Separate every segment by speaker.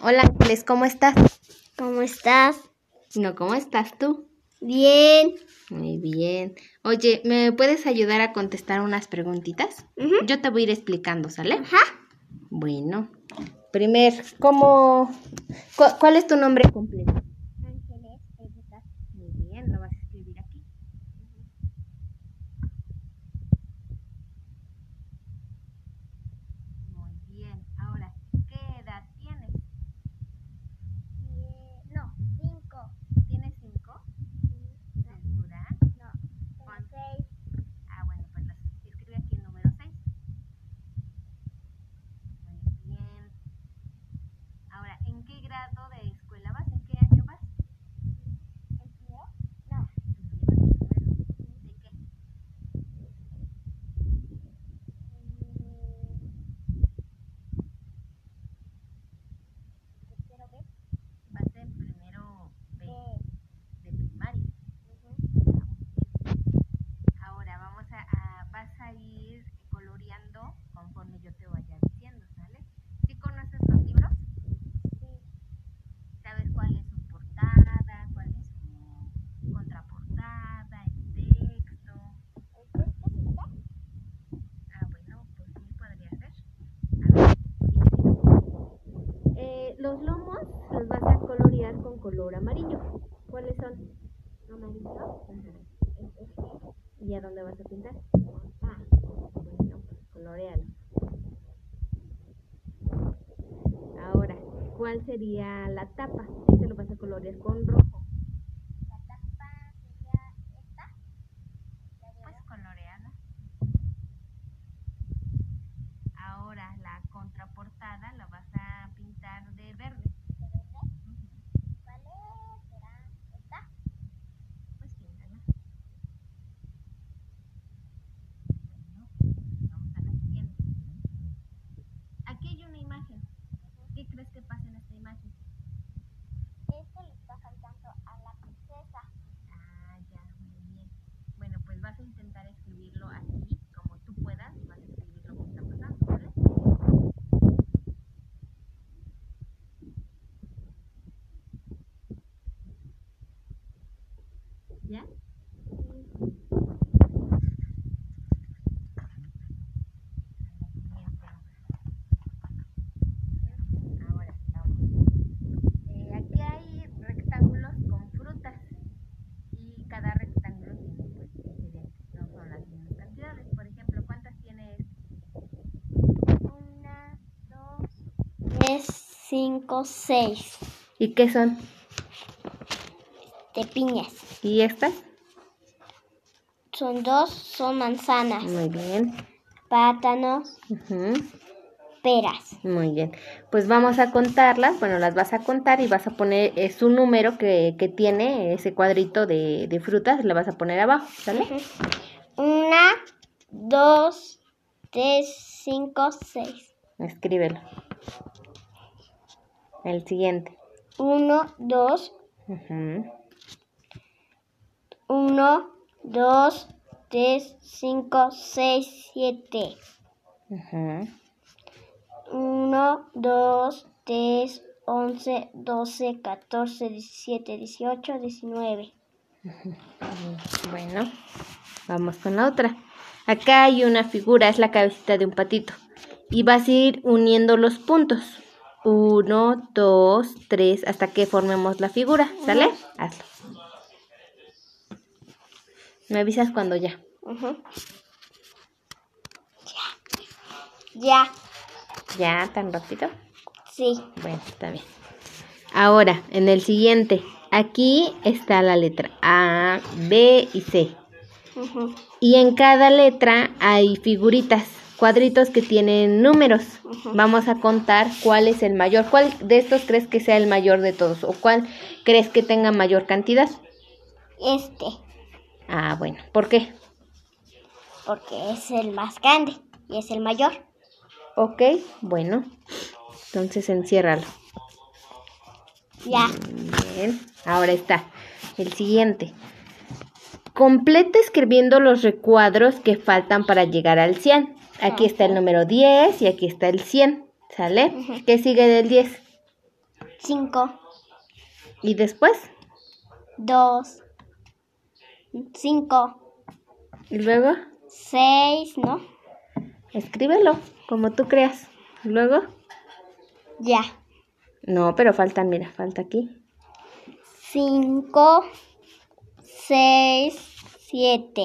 Speaker 1: Hola Ángeles, ¿cómo estás?
Speaker 2: ¿Cómo estás?
Speaker 1: No, ¿cómo estás tú?
Speaker 2: Bien.
Speaker 1: Muy bien. Oye, ¿me puedes ayudar a contestar unas preguntitas?
Speaker 2: Ujú.
Speaker 1: Yo te voy a ir explicando, ¿sale?
Speaker 2: Ajá.
Speaker 1: Bueno. Primer, ¿cómo? cu- ¿Cuál es tu nombre completo?
Speaker 2: Ángeles,
Speaker 1: Muy bien, lo vas a escribir aquí. Muy bien. Ahora, ¿qué edad tienes?
Speaker 2: No, cinco.
Speaker 1: ¿Tienes cinco? ¿Segura?
Speaker 2: No,
Speaker 1: ¿Cuánto?
Speaker 2: seis.
Speaker 1: Ah, bueno, pues las escribe aquí el número 6. Muy bien. Ahora, ¿en qué grado de escuela vas? ¿En qué año vas?
Speaker 2: No,
Speaker 1: ¿De qué?
Speaker 2: quiero ver.
Speaker 1: Vas en primero de, de primaria. Ahora vamos a, a- vas a ir coloreando conforme yo te vaya diciendo, ¿sale? ¿Sí conoces los libros? ¿Sabes cuál es su portada, cuál es su contraportada, el texto? Ah, bueno, pues sí podría ser. A ver. Eh, los lomos los vas a colorear con color amarillo. ¿Cuáles son? Amarillo. este, ¿Y a dónde vas a pintar? Ah, bueno, pues colorealo. Ahora, ¿cuál sería la tapa? Ese lo vas a colorear con rojo.
Speaker 2: La tapa sería esta.
Speaker 1: Pues coloreada. Ahora, la contraportada la vas a pintar de verde.
Speaker 2: ¿Cuál es? será? ¿Esta?
Speaker 1: Pues píntala. Bueno, vamos a la siguiente. Aquí hay una imagen. ¿Qué crees que pasa en esta imagen?
Speaker 2: Esto le está faltando a la princesa.
Speaker 1: Ah, ya, muy bien. Bueno, pues vas a intentar escribirlo aquí como tú puedas y vas a escribir lo que está pasando, ¿vale? ¿Ya? Ahora, vamos. Eh, aquí hay rectángulos con frutas y cada rectángulo tiene pues diferentes, no son las mismas cantidades. Por ejemplo, ¿cuántas tiene este?
Speaker 2: Una, dos, tres, cinco, seis.
Speaker 1: ¿Y qué son?
Speaker 2: De piñas.
Speaker 1: ¿Y estas?
Speaker 2: Son dos, son manzanas.
Speaker 1: Muy bien.
Speaker 2: Pátanos,
Speaker 1: Ujú,
Speaker 2: peras.
Speaker 1: Muy bien. Pues vamos a contarlas. Bueno, las vas a contar y vas a poner eh, su número que, que tiene ese cuadrito de, de frutas, la vas a poner abajo, ¿sale?
Speaker 2: Una, dos, tres, cinco, seis.
Speaker 1: Escríbelo. El siguiente.
Speaker 2: Uno, dos,
Speaker 1: Ujú,
Speaker 2: uno, dos, tres, cinco, seis, siete.
Speaker 1: ujú.
Speaker 2: Uno, dos, tres, once, doce, catorce, diecisiete, dieciocho, diecinueve.
Speaker 1: Bueno, vamos con la otra. Acá hay una figura, es la cabecita de un patito. Y vas a ir uniendo los puntos. Uno, dos, tres, hasta que formemos la figura. ¿Sale?
Speaker 2: Ujú.
Speaker 1: Hazlo. Me avisas cuando ya.
Speaker 2: Ujú. Ya. Ya.
Speaker 1: Ya, tan rápido.
Speaker 2: Sí.
Speaker 1: Bueno, está bien. Ahora, en el siguiente, aquí está la letra A, B y C.
Speaker 2: Ujú,
Speaker 1: Y en cada letra hay figuritas, cuadritos que tienen números. Vamos a contar cuál es el mayor. ¿Cuál de estos crees que sea el mayor de todos? ¿O cuál crees que tenga mayor cantidad?
Speaker 2: Este,
Speaker 1: Ah, bueno. ¿Por qué?
Speaker 2: porque es el más grande y es el mayor.
Speaker 1: Ok, bueno. Entonces enciérralo.
Speaker 2: Ya.
Speaker 1: Bien. Ahora está. El siguiente. Completa escribiendo los recuadros que faltan para llegar al 100. Aquí está el número 10 y aquí está el 100. ¿Sale? ¿Qué sigue del 10?
Speaker 2: 5,
Speaker 1: ¿Y después?
Speaker 2: 2, 5,
Speaker 1: ¿Y luego?
Speaker 2: 6, ¿no?
Speaker 1: Escríbelo, como tú creas. ¿Y luego?
Speaker 2: Ya.
Speaker 1: No, pero faltan, mira, falta aquí.
Speaker 2: 5, 6, 7,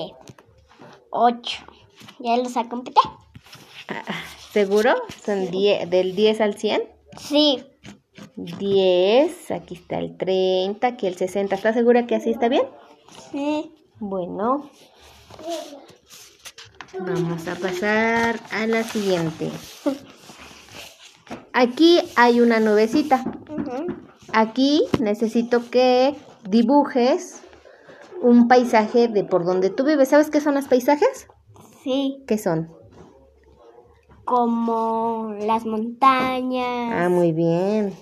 Speaker 2: 8. Ya los acompleté.
Speaker 1: Ah, ah, ¿Seguro? Son 10, del 10 al 100.
Speaker 2: Sí,
Speaker 1: 10, aquí está el 30, aquí el 60. ¿Estás segura que así está bien?
Speaker 2: sí.
Speaker 1: Bueno. Vamos a pasar a la siguiente. Aquí hay una nubecita.
Speaker 2: Ujú.
Speaker 1: Aquí necesito que dibujes un paisaje de por donde tú vives. ¿Sabes qué son los paisajes?
Speaker 2: Sí,
Speaker 1: ¿Qué son?
Speaker 2: como las montañas.
Speaker 1: Ah, muy bien.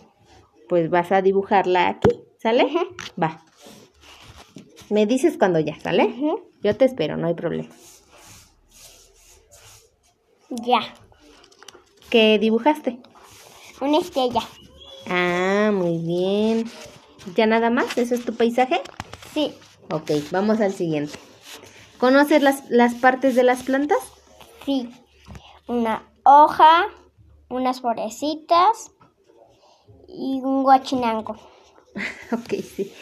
Speaker 1: Pues vas a dibujarla aquí, ¿sale? Va. Me dices cuando ya, ¿sale?
Speaker 2: Ujú.
Speaker 1: Yo te espero, no hay problema.
Speaker 2: Ya,
Speaker 1: ¿Qué dibujaste?
Speaker 2: una estrella.
Speaker 1: Ah, muy bien. ¿Ya nada más? ¿Eso es tu paisaje?
Speaker 2: Sí,
Speaker 1: Ok, vamos al siguiente. ¿Conoces las, las partes de las plantas?
Speaker 2: sí. Una hoja, unas florecitas y un guachinango.
Speaker 1: Ok, sí.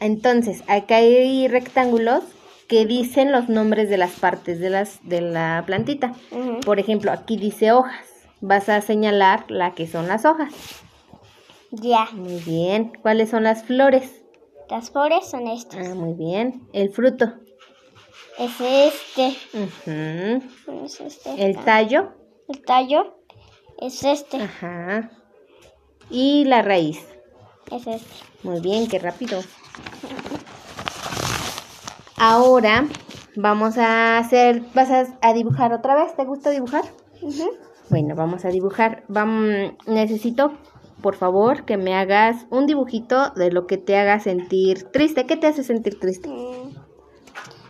Speaker 1: Entonces, acá hay rectángulos que dicen los nombres de las partes de, las, de la plantita.
Speaker 2: Ujú.
Speaker 1: Por ejemplo, aquí dice hojas. Vas a señalar la que son las hojas.
Speaker 2: Ya,
Speaker 1: Muy bien. ¿Cuáles son las flores?
Speaker 2: las flores son estas.
Speaker 1: Ah, muy bien. El fruto.
Speaker 2: Es este.
Speaker 1: Ujú.
Speaker 2: Es este.
Speaker 1: El tallo.
Speaker 2: El tallo es este.
Speaker 1: Ajá. Y la raíz.
Speaker 2: Es este.
Speaker 1: Muy bien, qué rápido. Ahora vamos a hacer, vas a, a dibujar otra vez. ¿Te gusta dibujar?
Speaker 2: Ujú.
Speaker 1: Bueno, vamos a dibujar. Vam- necesito, por favor, que me hagas un dibujito de lo que te haga sentir triste. ¿Qué te hace sentir triste?
Speaker 2: Mm.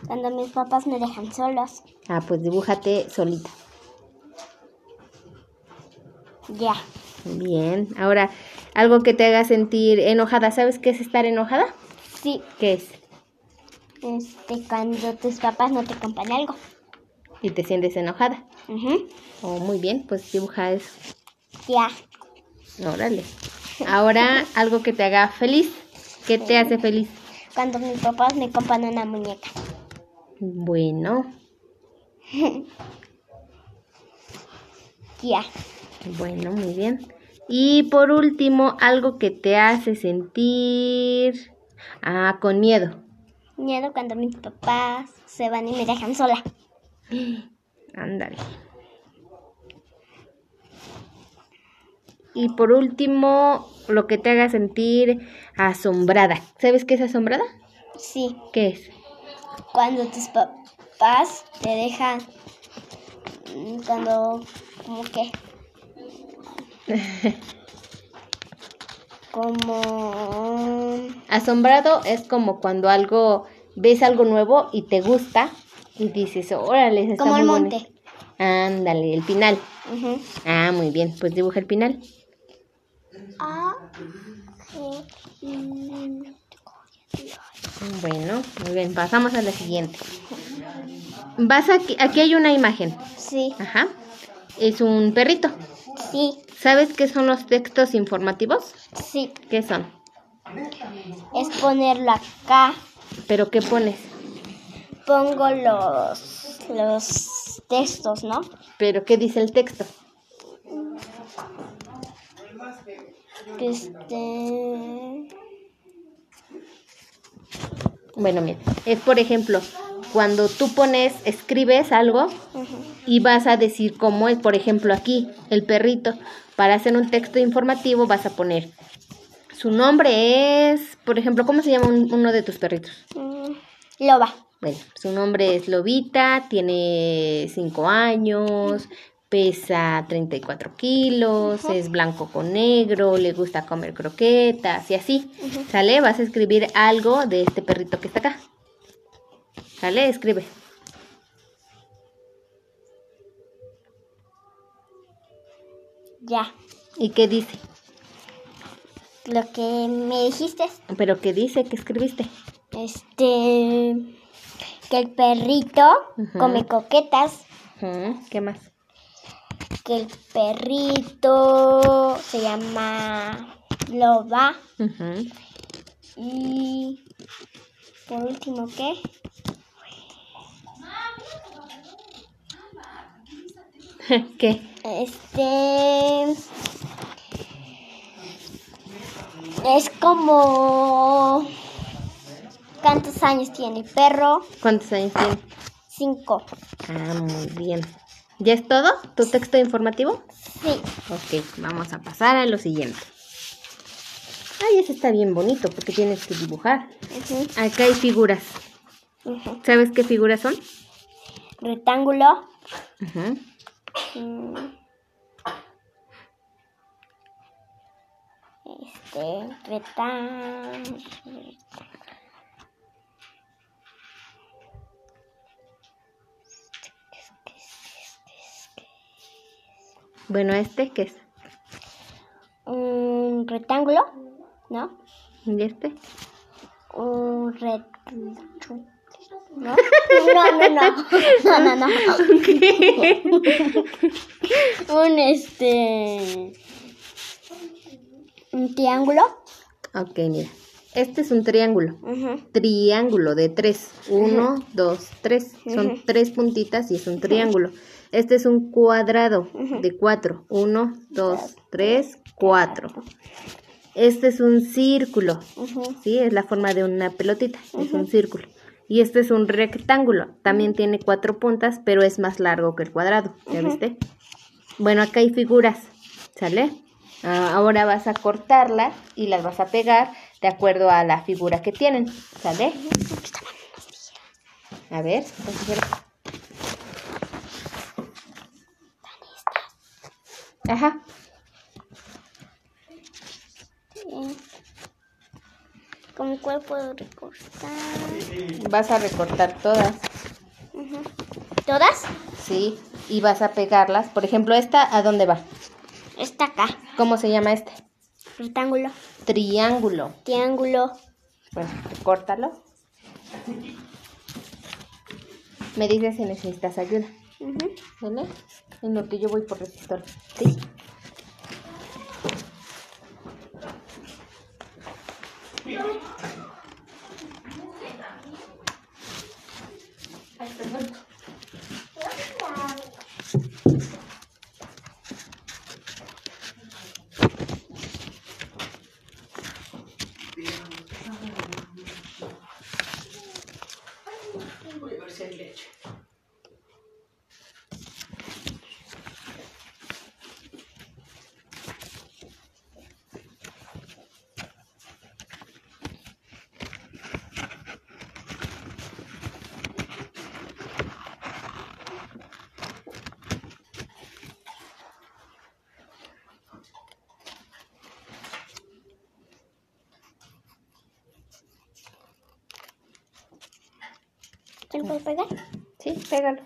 Speaker 2: Cuando mis papás me dejan solos.
Speaker 1: Ah, pues dibújate solita.
Speaker 2: Ya.
Speaker 1: Bien. Ahora, algo que te haga sentir enojada. ¿Sabes qué es estar enojada?
Speaker 2: Sí.
Speaker 1: ¿Qué es?
Speaker 2: Este, cuando tus papás no te compran algo.
Speaker 1: Y te sientes enojada.
Speaker 2: Ujú.
Speaker 1: Oh, muy bien, pues dibuja eso.
Speaker 2: Ya.
Speaker 1: Órale. Ahora, algo que te haga feliz. ¿Qué te hace feliz?
Speaker 2: Cuando mis papás me compran una muñeca.
Speaker 1: Bueno,
Speaker 2: Ya.
Speaker 1: bueno, muy bien. Y por último, algo que te hace sentir. Ah, con miedo.
Speaker 2: Miedo cuando mis papás se van y me dejan sola.
Speaker 1: Ándale. Y por último, lo que te haga sentir asombrada. ¿Sabes qué es asombrada?
Speaker 2: Sí.
Speaker 1: ¿Qué es?
Speaker 2: cuando tus papás te dejan mm, cuando como que como
Speaker 1: Asombrado es como cuando algo ves algo nuevo y te gusta y dices, órale, está
Speaker 2: como el
Speaker 1: muy
Speaker 2: monte
Speaker 1: bonito". Ándale, el final.
Speaker 2: Ujú.
Speaker 1: Ah, muy bien, pues dibuja el final. Bueno, muy bien, pasamos a la siguiente. Vas aquí, aquí hay una imagen.
Speaker 2: sí
Speaker 1: Ajá. Es un perrito.
Speaker 2: sí
Speaker 1: ¿Sabes qué son los textos informativos?
Speaker 2: sí
Speaker 1: ¿Qué son?
Speaker 2: es ponerlo acá
Speaker 1: ¿Pero qué pones?
Speaker 2: pongo los los textos no
Speaker 1: ¿Pero qué dice el texto?
Speaker 2: este
Speaker 1: Bueno, mira, es por ejemplo, cuando tú pones, escribes algo
Speaker 2: ujú,
Speaker 1: y vas a decir cómo es, por ejemplo, aquí, el perrito. Para hacer un texto informativo vas a poner su nombre es, por ejemplo, ¿cómo se llama un- uno de tus perritos?
Speaker 2: mm, loba
Speaker 1: Bueno, su nombre es Lobita, tiene 5 años, pesa 34 kilos, es blanco con negro, le gusta comer croquetas y así. ¿Sale? Vas a escribir algo de este perrito que está acá. ¿Sale? Escribe.
Speaker 2: ya
Speaker 1: ¿Y qué dice?
Speaker 2: lo que me dijiste.
Speaker 1: ¿Pero qué dice? ¿Qué escribiste?
Speaker 2: Este. Que el perrito
Speaker 1: Ujú.
Speaker 2: come coquetas.
Speaker 1: Ujú, ¿Qué más?
Speaker 2: Que el perrito se llama Loba.
Speaker 1: Ujú.
Speaker 2: Y. Por último, ¿qué?
Speaker 1: ¿Qué?
Speaker 2: Este. Es como. ¿Cuántos años tiene el perro?
Speaker 1: ¿Cuántos años tiene?
Speaker 2: Cinco.
Speaker 1: Ah, muy bien. ¿Ya es todo? ¿Tu texto informativo?
Speaker 2: Sí.
Speaker 1: Ok, vamos a pasar a lo siguiente. Ay, ese está bien bonito porque tienes que dibujar.
Speaker 2: Ujú,
Speaker 1: Acá hay figuras.
Speaker 2: ujú.
Speaker 1: ¿Sabes qué figuras son?
Speaker 2: Rectángulo.
Speaker 1: Ujú.
Speaker 2: mm, Este. Rectángulo.
Speaker 1: Bueno, ¿este qué es?
Speaker 2: Un mm, rectángulo. ¿No?
Speaker 1: ¿Y este?
Speaker 2: Un rectángulo. ¿No? No, no, no. No, no, no. un este un triángulo
Speaker 1: Ok, mira. Este es un triángulo. Triángulo de tres. Uno, dos, tres. Son tres puntitas y es un triángulo. Este es un cuadrado de cuatro. Uno, dos, tres, cuatro. Este es un círculo. Sí, es la forma de una pelotita. Es un círculo. Y este es un rectángulo. También tiene cuatro puntas, pero es más largo que el cuadrado. ¿Ya viste? Bueno, acá hay figuras, ¿sale? Ah, ahora vas a cortarlas y las vas a pegar de acuerdo a la figura que tienen, ¿sale? A ver, las tijeras. Ajá,
Speaker 2: con cuál puedo recortar
Speaker 1: vas a recortar todas,
Speaker 2: todas
Speaker 1: ¿sí? Y vas a pegarlas. Por ejemplo, esta, ¿a dónde va?
Speaker 2: está acá
Speaker 1: ¿Cómo se llama este?
Speaker 2: rectángulo
Speaker 1: Triángulo.
Speaker 2: triángulo
Speaker 1: Bueno, recórtalo. Me dices si necesitas ayuda.
Speaker 2: Ujú.
Speaker 1: ¿Vale? En lo que yo voy por resistor. Sí.
Speaker 2: ¿Te lo puedo pegar?
Speaker 1: Sí, pégalo.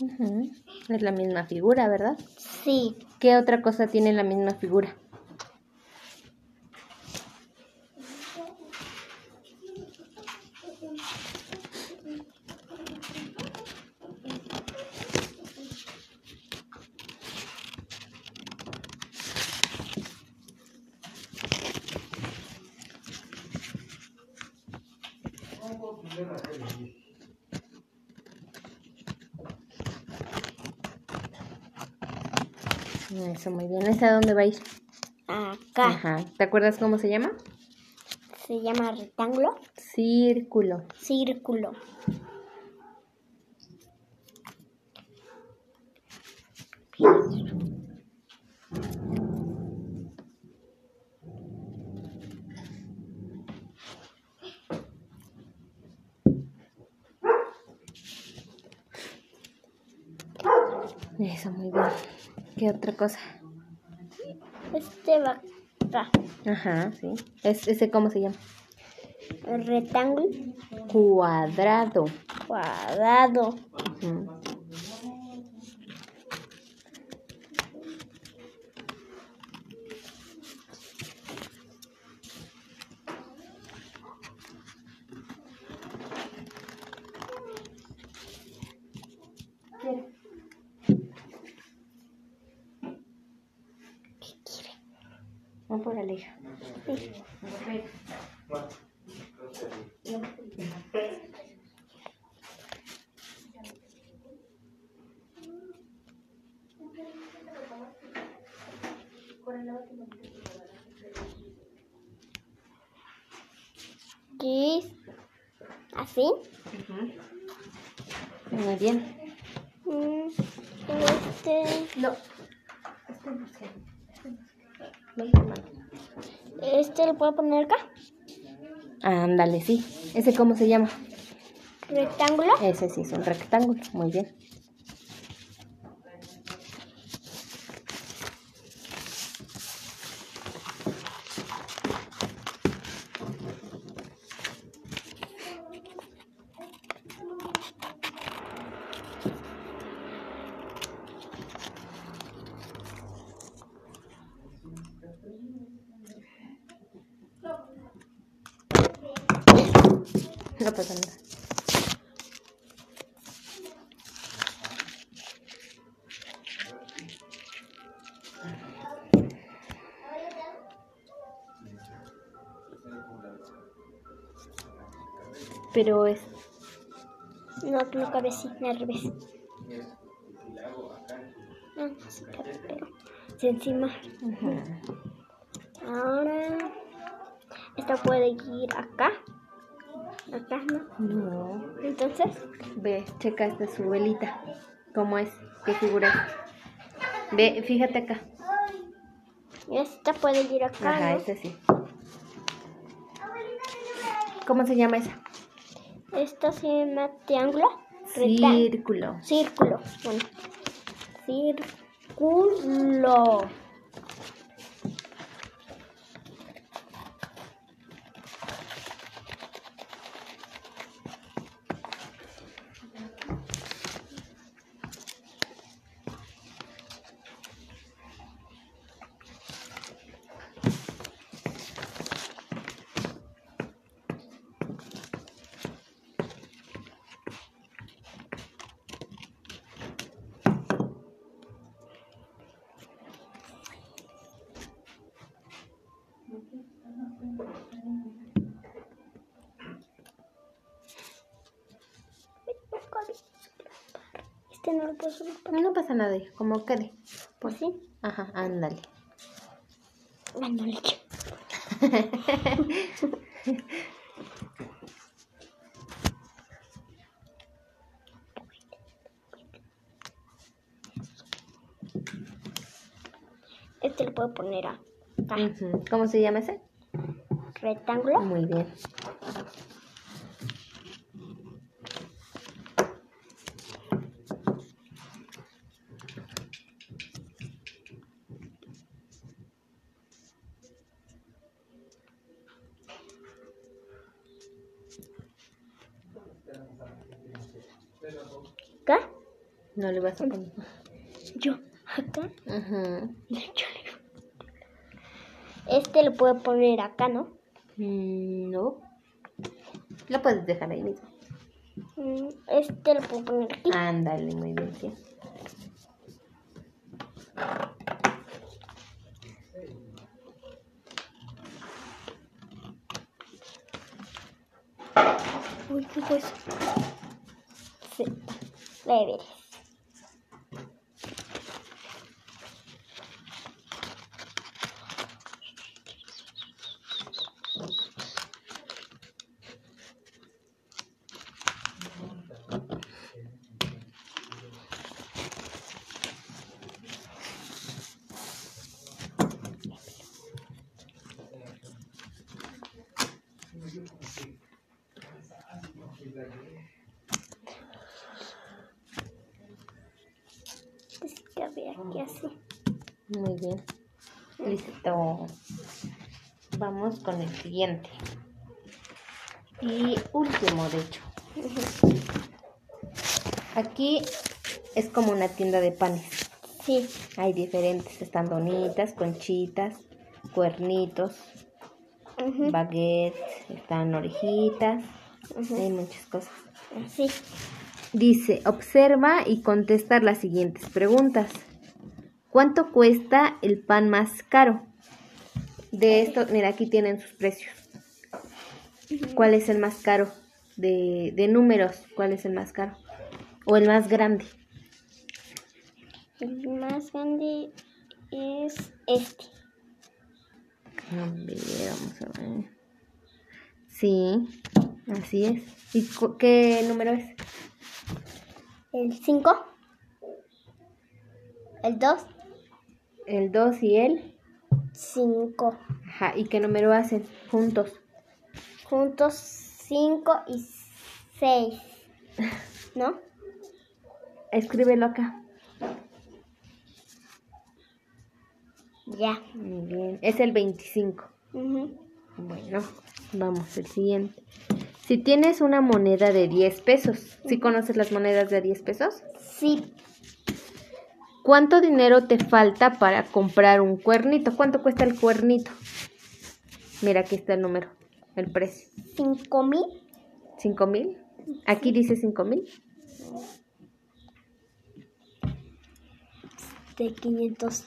Speaker 1: Ujú, Es la misma figura, ¿verdad?
Speaker 2: Sí.
Speaker 1: ¿Qué otra cosa tiene la misma figura? Eso, muy bien. ¿Esa dónde va a ir?
Speaker 2: Acá.
Speaker 1: Ajá. ¿Te acuerdas cómo se llama?
Speaker 2: Se llama rectángulo,
Speaker 1: Círculo.
Speaker 2: círculo.
Speaker 1: Eso, muy bien. ¿Qué otra cosa?
Speaker 2: Este va acá.
Speaker 1: Ajá, sí. ¿Es, ¿Ese cómo se llama?
Speaker 2: El rectángulo
Speaker 1: Cuadrado.
Speaker 2: cuadrado.
Speaker 1: Ujú. Vamos por Aleja.
Speaker 2: ¿Qué es? ¿Así?
Speaker 1: Muy bien.
Speaker 2: Mm, Este,
Speaker 1: No. Este
Speaker 2: este lo puedo poner acá.
Speaker 1: Ándale, sí. ¿Ese cómo se llama?
Speaker 2: Rectángulo.
Speaker 1: Ese sí es un rectángulo. Muy bien. No pasa nada. Pero es.
Speaker 2: No, que no cabe así, al revés. Ah, sí cabe, pero es encima. Ahora, esta puede ir acá. Acá, ¿no?
Speaker 1: No.
Speaker 2: Entonces,
Speaker 1: Ve, checa esta su velita. ¿Cómo es? ¿Qué figura es? Ve, fíjate acá.
Speaker 2: esta puede ir acá.
Speaker 1: Ajá,
Speaker 2: Ah, ¿no?
Speaker 1: esa sí. ¿Cómo se llama esa?
Speaker 2: Esta se llama triángulo. rectángulo.
Speaker 1: Círculo.
Speaker 2: Círculo. Bueno. Círculo. Este no lo puedo subir.
Speaker 1: No pasa nada, hija, como quede.
Speaker 2: Pues sí. Ah,
Speaker 1: Ajá, ándale.
Speaker 2: Dando leche. Este lo puedo poner acá.
Speaker 1: Ujú. ¿Cómo se llama ese?
Speaker 2: Rectángulo.
Speaker 1: Muy bien.
Speaker 2: Acá.
Speaker 1: No le vas a poner.
Speaker 2: Yo. Acá.
Speaker 1: Ujú.
Speaker 2: Este lo puedo poner acá, ¿no?
Speaker 1: Mm, No. Lo puedes dejar ahí mismo.
Speaker 2: Mm, Este lo puedo poner aquí.
Speaker 1: Ándale, muy bien, sí.
Speaker 2: Uy, ¿qué fue eso? Sí. Beberes. Es este que había aquí así.
Speaker 1: Muy bien. Listo. Vamos con el siguiente. y último, de hecho. Aquí es como una tienda de panes.
Speaker 2: Sí.
Speaker 1: Hay diferentes, están donitas, conchitas, cuernitos,
Speaker 2: Ujú.
Speaker 1: baguettes, están orejitas,
Speaker 2: Ujú.
Speaker 1: hay muchas cosas.
Speaker 2: Sí.
Speaker 1: Dice, observa y contesta las siguientes preguntas. ¿Cuánto cuesta el pan más caro? De esto, mira, aquí tienen sus precios. ¿Cuál es el más caro? De, de números, ¿cuál es el más caro? O el más grande.
Speaker 2: El más grande es este.
Speaker 1: A ver, vamos a ver. Sí, así es. ¿Y cu- qué número es?
Speaker 2: El 5. El 2.
Speaker 1: El 2 y el.
Speaker 2: 5.
Speaker 1: Ajá, ¿y qué número hacen? Juntos.
Speaker 2: Juntos 5 y 6. ¿No?
Speaker 1: Escríbelo acá.
Speaker 2: Ya.
Speaker 1: Muy bien. Es el 25.
Speaker 2: Ujú.
Speaker 1: Bueno, vamos, el siguiente. Si tienes una moneda de 10 pesos, ¿sí conoces las monedas de 10 pesos?
Speaker 2: Sí.
Speaker 1: ¿Cuánto dinero te falta para comprar un cuernito? ¿Cuánto cuesta el cuernito? Mira, aquí está el número, el precio.
Speaker 2: 5 mil.
Speaker 1: ¿Cinco mil? Aquí dice cinco mil.
Speaker 2: De 500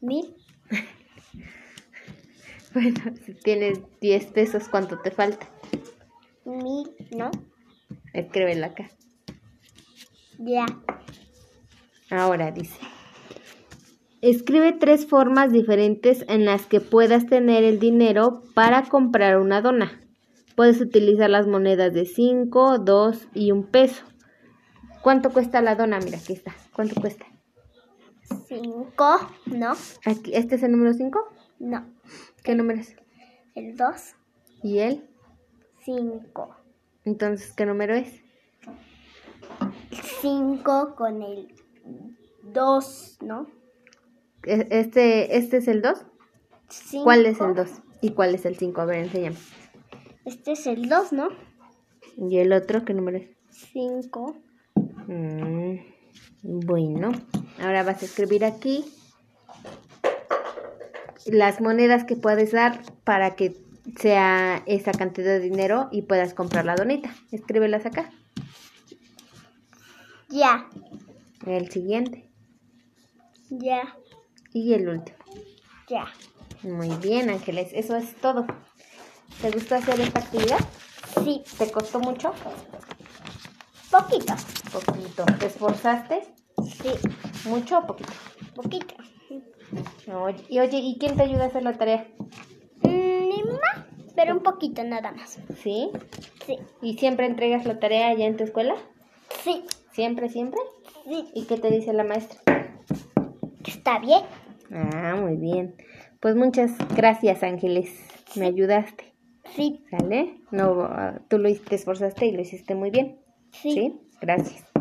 Speaker 2: mil.
Speaker 1: Bueno, si tienes 10 pesos, ¿cuánto te falta?
Speaker 2: Mil, ¿no?
Speaker 1: Escríbelo acá.
Speaker 2: Ya.
Speaker 1: Ahora dice. Escribe tres formas diferentes en las que puedas tener el dinero para comprar una dona. Puedes utilizar las monedas de 5, 2 y un peso. ¿Cuánto cuesta la dona? Mira, aquí está. ¿Cuánto cuesta?
Speaker 2: 5. ¿No?
Speaker 1: Aquí, ¿Este es el número 5?
Speaker 2: No.
Speaker 1: ¿Qué número es?
Speaker 2: El 2.
Speaker 1: ¿Y él?
Speaker 2: 5.
Speaker 1: Entonces, ¿qué número es?
Speaker 2: 5 con el 2, ¿no?
Speaker 1: E- ¿Este, este es el 2?
Speaker 2: Cinco.
Speaker 1: ¿Cuál es el 2? ¿Y cuál es el 5? A ver, enséñame.
Speaker 2: Este es el 2, ¿no?
Speaker 1: ¿Y el otro qué número es?
Speaker 2: 5.
Speaker 1: Mm, bueno, ahora vas a escribir aquí las monedas que puedes dar para que sea esa cantidad de dinero y puedas comprar la donita. Escríbelas acá.
Speaker 2: Ya,
Speaker 1: El siguiente
Speaker 2: ya,
Speaker 1: y el último.
Speaker 2: ya.
Speaker 1: Muy bien, Ángeles, eso es todo. ¿Te gustó hacer esta actividad?
Speaker 2: Sí,
Speaker 1: ¿Te costó mucho?
Speaker 2: poquito.
Speaker 1: Poquito. ¿Te esforzaste?
Speaker 2: Sí,
Speaker 1: ¿Mucho o poquito?
Speaker 2: poquito.
Speaker 1: Oye, y oye, ¿y quién te ayuda a hacer la tarea?
Speaker 2: Mm, Mi mamá, pero un poquito nada más.
Speaker 1: ¿Sí?
Speaker 2: Sí,
Speaker 1: ¿Y siempre entregas la tarea allá en tu escuela?
Speaker 2: sí,
Speaker 1: ¿Siempre, siempre?
Speaker 2: sí.
Speaker 1: ¿Y qué te dice la maestra?
Speaker 2: Está bien.
Speaker 1: Ah, muy bien. Pues muchas gracias, Ángeles. Me ayudaste,
Speaker 2: Sí,
Speaker 1: ¿sale? No, ah, tú lo hiciste, te esforzaste y lo hiciste muy bien.
Speaker 2: sí.
Speaker 1: Gracias.